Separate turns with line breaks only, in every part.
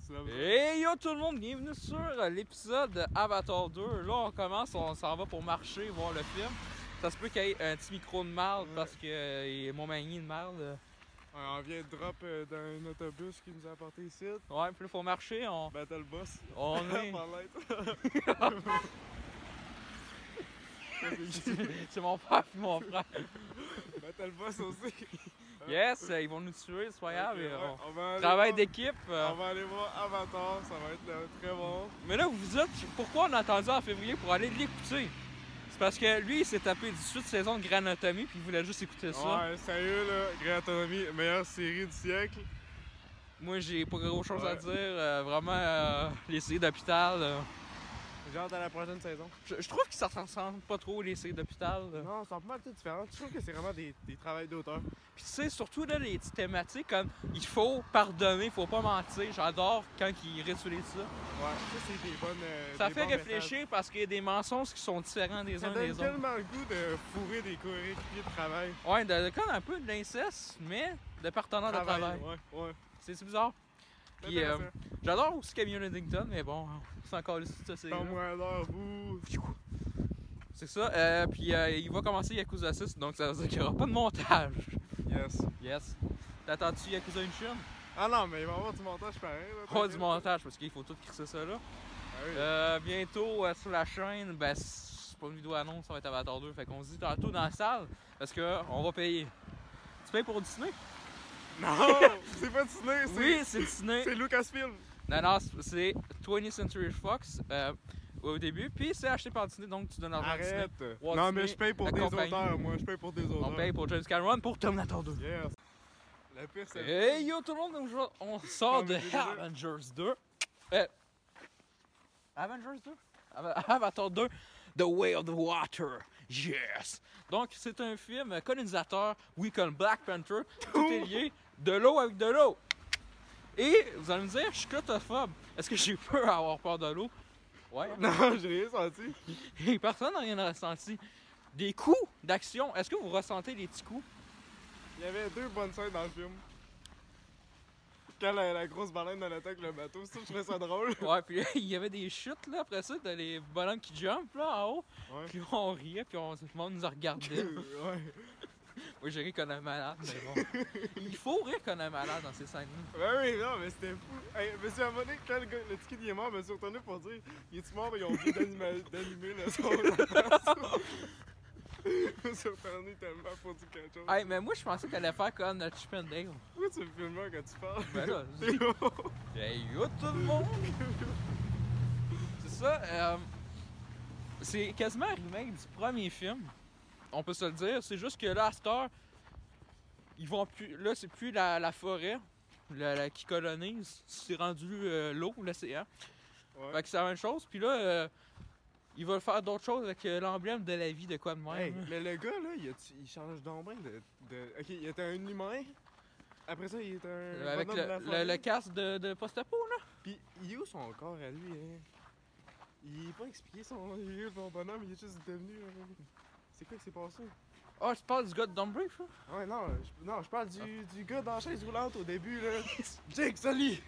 C'est la-
Hey yo tout le monde, bienvenue sur euh, l'épisode de Avatar 2. Là on commence, on s'en va pour marcher, voir le film. Ça se peut qu'il y ait un petit micro de marde
Ouais.
parce que euh, il est Montmagny de marde.
Ouais, on vient de drop euh, dans un autobus qui nous a apporté ici.
Ouais, puis là faut marcher, on,
Battle Boss.
on est.
Par lettre.
C'est mon père puis mon frère.
Battle Boss aussi.
Yes, euh, ils vont nous tuer, c'est pas grave.
Ok,
et
ouais,
on-
on va aller
Travail
voir-
d'équipe. euh,
On va aller voir Avatar, ça va être euh, très bon.
Mais là, vous vous dites, pourquoi on a attendu en février pour aller l'écouter? C'est parce que lui, il s'est tapé 18 saisons de Granotomie, puis il voulait juste écouter ça.
Ouais, sérieux là, Grey Autonomie, meilleure série du siècle.
Moi, j'ai pas grand chose à
Ouais.
dire. euh, vraiment, euh, les séries d'hôpital. euh,
J'ai hâte à la prochaine saison.
je, je trouve qu'ils s'en ressemblent pas trop, les séries d'hôpital. euh. là.
Non, c'est un peu mal tout différent. Je trouve que c'est vraiment des, des travails d'auteur.
Puis, tu sais, surtout là, les petites thématiques comme il faut pardonner, faut pas mentir. J'adore quand ils réutilisent ça.
Ouais, ça c'est des bonnes. euh,
Ça
des
fait
bons
réfléchir parce qu'il y a des mensonges qui sont différents des
messages. Ça
uns des
donne
autres.
tellement le goût de fourrer des coéquipiers de travail.
Ouais, de, de- comme un peu de l'inceste, mais de partenaire Ah, de travail.
Ouais, ouais.
C'est c'est bizarre.
C'est
Puis, euh,
intéressant.
J'adore aussi Camille Liddington, mais bon, c'est encore le site de ça.
Tom Wilder, vous.
C'est ça. euh, puis euh, il va commencer Yakuza 6, donc ça veut dire qu'il n'y aura pas de montage.
Yes.
Yes. T'attends-tu Yakuza une chine?
Ah non, mais il va y avoir du montage pareil. Là,
Pas
t'inquiète.
du montage, parce qu'il faut tout crisser ça là.
Ah oui.
Euh, bientôt euh, sur la chaîne, ben c'est pas une vidéo annonce, ça va être Avatar 2. Fait qu'on se dit tantôt dans la salle, parce qu'on va payer. Tu payes pour Disney?
Non, c'est pas Disney, c'est
Oui, c'est Disney.
c'est Lucasfilm.
Non, non, c'est- c'est 20th Century Fox euh, au début, puis c'est acheté par Disney, donc tu donnes l'argent à Disney.
Arrête.
Walt
non, mais
Disney,
je paye pour
la
des
compagnie.
auteurs, moi. Je paye pour des auteurs.
On paye pour James Cameron pour Terminator 2.
Yes. La pire, c'est.
Hey yo tout le monde, aujourd'hui, on sort
Non,
de
mais j'ai déjà-
Avengers 2. Euh, Avengers 2? Ava- Avatar 2, The Way of the Water. Yes! Donc c'est un film colonisateur, oui comme Black Panther, tout est lié, de l'eau avec de l'eau. Et vous allez me dire, je suis claustrophobe. Est-ce que j'ai peur à avoir peur de l'eau? Ouais.
Non, j'ai rien senti.
Et personne n'a rien ressenti. Des coups d'action, est-ce que vous ressentez les petits coups?
Il y avait deux bonnes scènes dans le film. Quand la, la grosse baleine elle attaque le bateau, ça, je trouvais ça drôle.
Ouais, puis là, il y avait des chutes là après ça, t'as les bonhommes qui jump là en haut.
Ouais.
Puis on riait, puis on, tout le monde nous regardait.
ouais.
Moi j'ai ri comme un malade, mais bon. Il faut rire comme un malade dans ces scènes-là.
Ouais, Ben oui, non, mais c'était fou. Hey, je me suis abonné quand le, gars, le ticket il est mort, je me suis retourné pour dire il est mort, mais ils ont oublié d'anima- d'animer le son. je me suis retourné tellement pour dire quelque chose.
Hey, mais moi je pensais qu'elle allait faire comme notre Chip and Dale.
Pourquoi tu me filmes là quand tu parles
Ben là, je dis,
Théo?
hey yo tout le monde! C'est ça, euh, c'est quasiment un remake du premier film. On peut se le dire, c'est juste que là à cette heure, ils vont plus. Là, c'est plus la, la forêt la- la- qui colonise, c'est rendu euh, l'eau, l'océan.
Ouais.
Fait que c'est la même chose. Puis là, euh, ils veulent faire d'autres choses avec euh, l'emblème de la vie de quoi de même. Euh,
Hey, mais le gars là, il, a-tu- il change d'ombre de, de. Ok, il était un humain. Après ça, il est un.
Euh, avec
bonhomme de
le,
la
le-
forêt.
le casque de, de post-apo, là.
Puis il est où son corps à lui hein? Il est pas expliqué son, il est où son bonhomme, il est juste devenu. euh, C'est quoi qui s'est passé
Ah, tu parles du gars de Dumbreak, là?
Ah Ouais, non, je, non, je parle du,
Ah.
du gars dans la chaise roulante au début, là. Jake Sully!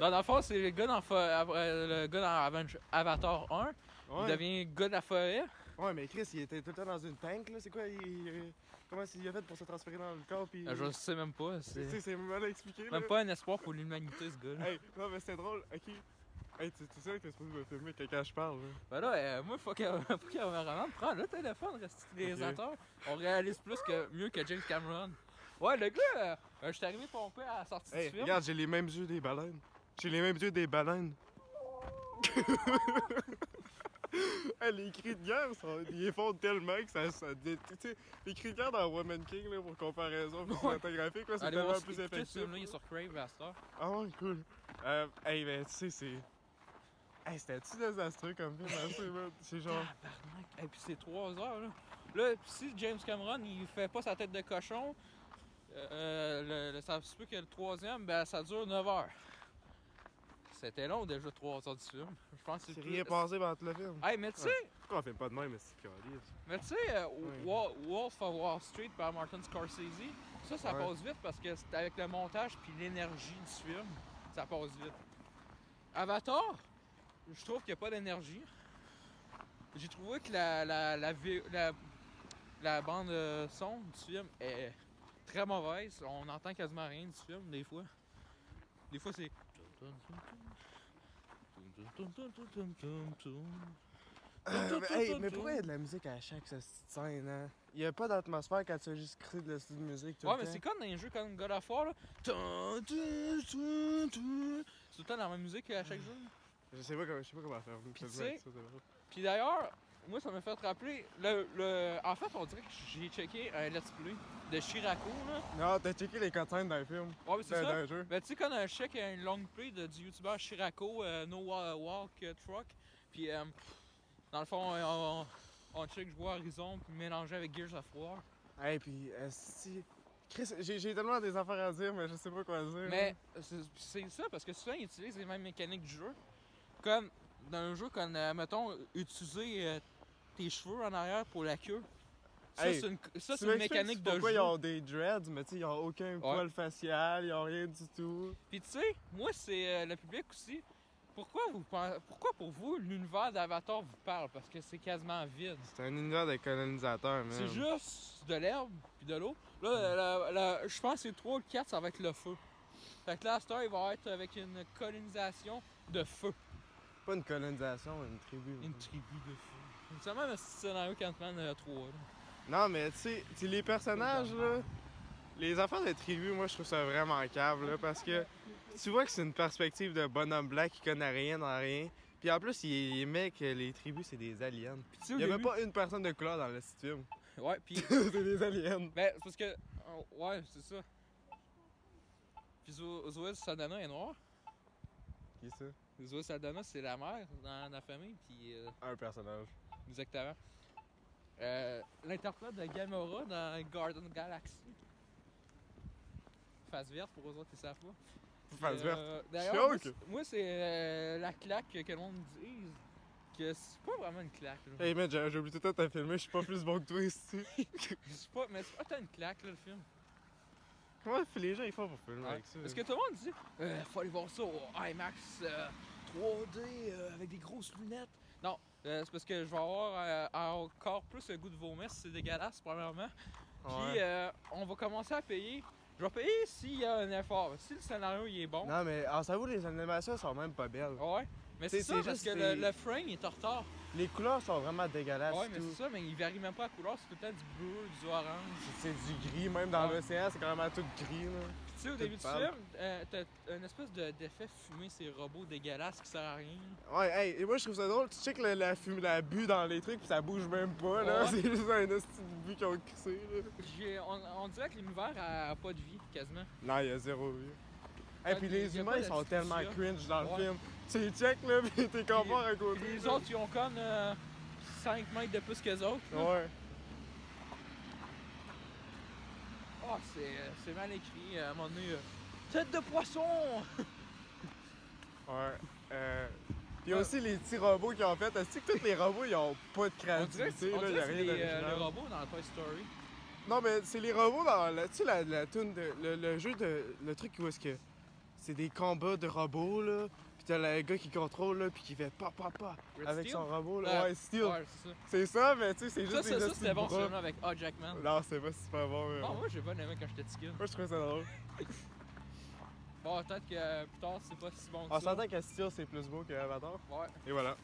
Dans, dans le fond, c'est le gars dans, fa- av- euh, le gars dans Aven- Avatar 1. Il devient gars de la forêt.
ouais, mais Chris, il était tout le temps dans une tank, là. C'est quoi, il, euh, comment il a fait pour se transférer dans le corps, pis...
Euh, Je sais même pas.
Tu
C'est
sais, c'est mal expliqué, là.
même pas un espoir pour l'humanité, ce gars-là.
Hey, non, mais c'était drôle, ok. Hey, tu, tu sais que t'es supposé me filmer que quand je parle, là.
Ben là, euh, moi, faut qu'elle faut qu'elle me ramène. Prends le téléphone, reste réalisateur. On réalise plus que mieux que James Cameron. Ouais, le gars, euh, euh, je suis arrivé pompé à la sortie
Hey,
du film.
regarde, j'ai les mêmes yeux des baleines. J'ai les mêmes yeux des baleines. hey, les cris de guerre, sont- ils les font tellement que ça. ça dé- tu sais, les cris de guerre dans Woman King, là, pour comparaison puis cinématographique, là, c'est
Allez voir
tellement
ce
plus
écoutez ce
effectif.
film-là, il est sur Crave à cette heure.
Ah ouais, cool. Euh, hey, ben, tu sais, c'est. Hey, c'était-tu désastreux comme film? hein, c'est vrai? c'est genre.
Et puis c'est 3 heures là. Là, pis si James Cameron il fait pas sa tête de cochon, euh, le- le- ça se peut que le troisième, ben ça dure 9 heures. C'était long déjà 3 heures du film. Je pense que
C'est
c'est
rien
plus.
passé pendant tout le film.
Hey, mais tu sais,
Pourquoi on fait pas de même, mais c'est calice?
mais tu sais, euh, Wa- Wolf of Wall Street par Martin Scorsese, ça, ça
Ouais.
passe vite parce que c'est avec le montage puis l'énergie du film. ça passe vite. Avatar, je trouve qu'il n'y a pas d'énergie. J'ai trouvé que la, la, la, vi- la- la bande euh, son du film est très mauvaise. On n'entend quasiment rien du film, des fois. Des fois, c'est.
hey, Euh, mais pourquoi il y a de la musique à chaque cette scène, hein? Il y a pas d'atmosphère quand tu as juste créé de la style de musique tout
Ouais,
le
mais
temps.
c'est comme dans un jeu comme God of War, là. Tum, tum, tum, tum. C'est tout le temps la même musique à chaque jeu.
Je sais pas comment, je sais pas comment faire. mais
Puis
ça
tu
doit
sais-
être ça, c'est vrai.
Puis d'ailleurs, moi, ça m'a fait rappeler. Le, le... En fait, on dirait que j'ai checké un let's play de Shirako, là.
Non, t'as checké les cutscenes d'un film,
Ouais, mais c'est
d'un
ça.
d'un jeu.
Ben, tu sais, quand on check une long play de, du youtubeur Shirako, euh, No Wa- Walk euh, Truck, puis euh, dans le fond, euh, on, on check Joueur Horizon, puis mélangé avec Gears of War.
Hey, puis euh, si. Chris, j'ai j'ai tellement des affaires à dire, mais je sais pas quoi dire.
Mais euh, c'est- c'est ça, parce que souvent, ils utilisent les mêmes mécaniques du jeu. Comme dans un jeu, comme, euh, mettons, utiliser euh, tes cheveux en arrière pour la queue. Ça,
Hey,
c'est une, ça,
Tu
c'est une
m'expliques
mécanique de
Pourquoi
jeu.
ils ont des dreads, mais tu sais, ils ont aucun poil facial, ils ont rien du tout.
Puis tu sais, moi, c'est euh, le public aussi. Pourquoi, vous, pen- pourquoi pour vous, l'univers d'Avatar vous parle? Parce que c'est quasiment vide.
C'est un univers de colonisateurs, man. Mm.
C'est juste de l'herbe puis de l'eau. Là, la- la- je pense que c'est 3 ou 4, ça va être le feu. Fait que là, à cette heure, il va être avec une colonisation de feu.
pas une colonisation, une tribu.
Une tribu de feu. C'est même un scénario Cantman euh, 3. là.
Non, mais tu sais, tu sais, les personnages, là, les affaires de tribu, moi, je trouve ça vraiment cave, là, parce que tu vois que c'est une perspective de bonhomme blanc qui connaît rien dans rien. Puis en plus, il il aimait que les tribus, c'est des aliens.
Puis tu sais, au
Il y avait
début-
pas une personne de couleur dans le film.
Ouais, puis.
c'est des aliens.
ben, c'est parce que. oh, ouais, c'est ça. Puis Zo- Zoé Saldana est noire.
Qui ça?
Zoé Saldana, c'est la mère dans la famille, puis. euh,
Un personnage.
exactement. Euh, L'interprète de Gamora dans Garden Galaxy. Face verte pour eux autres, ils savent pas.
Face
Euh,
verte.
D'ailleurs,
Choc.
moi, c'est- moi, c'est euh, la claque que le monde dise que c'est pas vraiment une claque. là.
Hey, man, j'ai j'ai oublié tout à t'as filmé, je suis pas plus bon que toi ici.
C'est pas, mais c'est pas tant une claque là, le film.
Comment les gens ils font pour filmer
Ouais.
avec ça?
Parce que tout le monde dit, euh, faut aller voir ça au IMAX euh, 3D euh, avec des grosses lunettes. Non, euh, c'est parce que je vais avoir euh, encore plus le goût de vomir, c'est dégueulasse premièrement. Puis
Ouais.
euh, on va commencer à payer. Je vais payer s'il y a un effort, si le scénario il est bon.
Non, mais en savou, les animations sont même pas belles.
Ouais. Mais c'est
C'est-
ça,
c'est
parce
juste
que
des-
le, le frame est en retard.
Les couleurs sont vraiment dégueulasses.
Ouais, mais
tout.
c'est ça, mais il varie même pas la couleur, c'est tout le temps du bleu, du orange.
C'est du gris, même dans
Ouais.
l'océan, c'est carrément tout gris. Là.
Puis tu sais, au
Tout
début du
pâle.
film, euh, t'as une espèce de- d'effet fumé, ces robots dégueulasses qui sert à rien.
Ouais, hey, et moi je trouve ça drôle, tu check le- la fumée, la buée dans les trucs, puis ça bouge même pas, là.
Ouais.
C'est juste un esti de but qu'ils ont crissé, là.
J'ai- On, on dirait que l'univers a, a pas de vie, quasiment.
Non, il y a zéro vie. Hey,
Ouais,
puis
Ah, y a
les
pas
humains, ils
de
sont tellement
discussion.
cringe dans
Ouais.
le film. Tu les check, là, pis t'es confort à côté.
Puis les
là.
autres, ils ont comme 5 mètres de plus que les autres. là.
Ouais.
Ah, c'est, euh, c'est mal écrit, à un moment donné. euh, Tête de poisson!
Ouais. Euh... Puis
Ouais.
aussi les petits robots qu'ils ont fait. Est-ce que tous les robots ils ont pas de
On dirait,
créativité?
on
là, y
dirait
a
que
rien
c'est les, euh,
d'original.
le robot dans Toy Story.
Non mais c'est les robots dans la, tu sais, la, la toune de, le, le jeu de. le truc où est-ce que. C'est des combats de robots là. Puis t'as le gars qui contrôle là puis qui fait pa pa pa
Red
avec
Steel?
son robot là.
Ouais.
Ouais, Steel.
Ouais, c'est ça.
C'est ça, mais tu sais, c'est
Ça,
juste
c'est,
des
ça,
hosties
c'était
de
bon, ce
bras.
film-là, avec Ah Jackman.
Non, c'est pas super bon. mais
Non,
bon.
moi, j'ai pas aimé quand j'étais petit kid.
Moi je trouvais ça drôle.
Bon, peut-être que plus tard, c'est pas si bon que
On
ça.
s'entend que Steel c'est plus beau que Avatar.
Ouais.
Et voilà.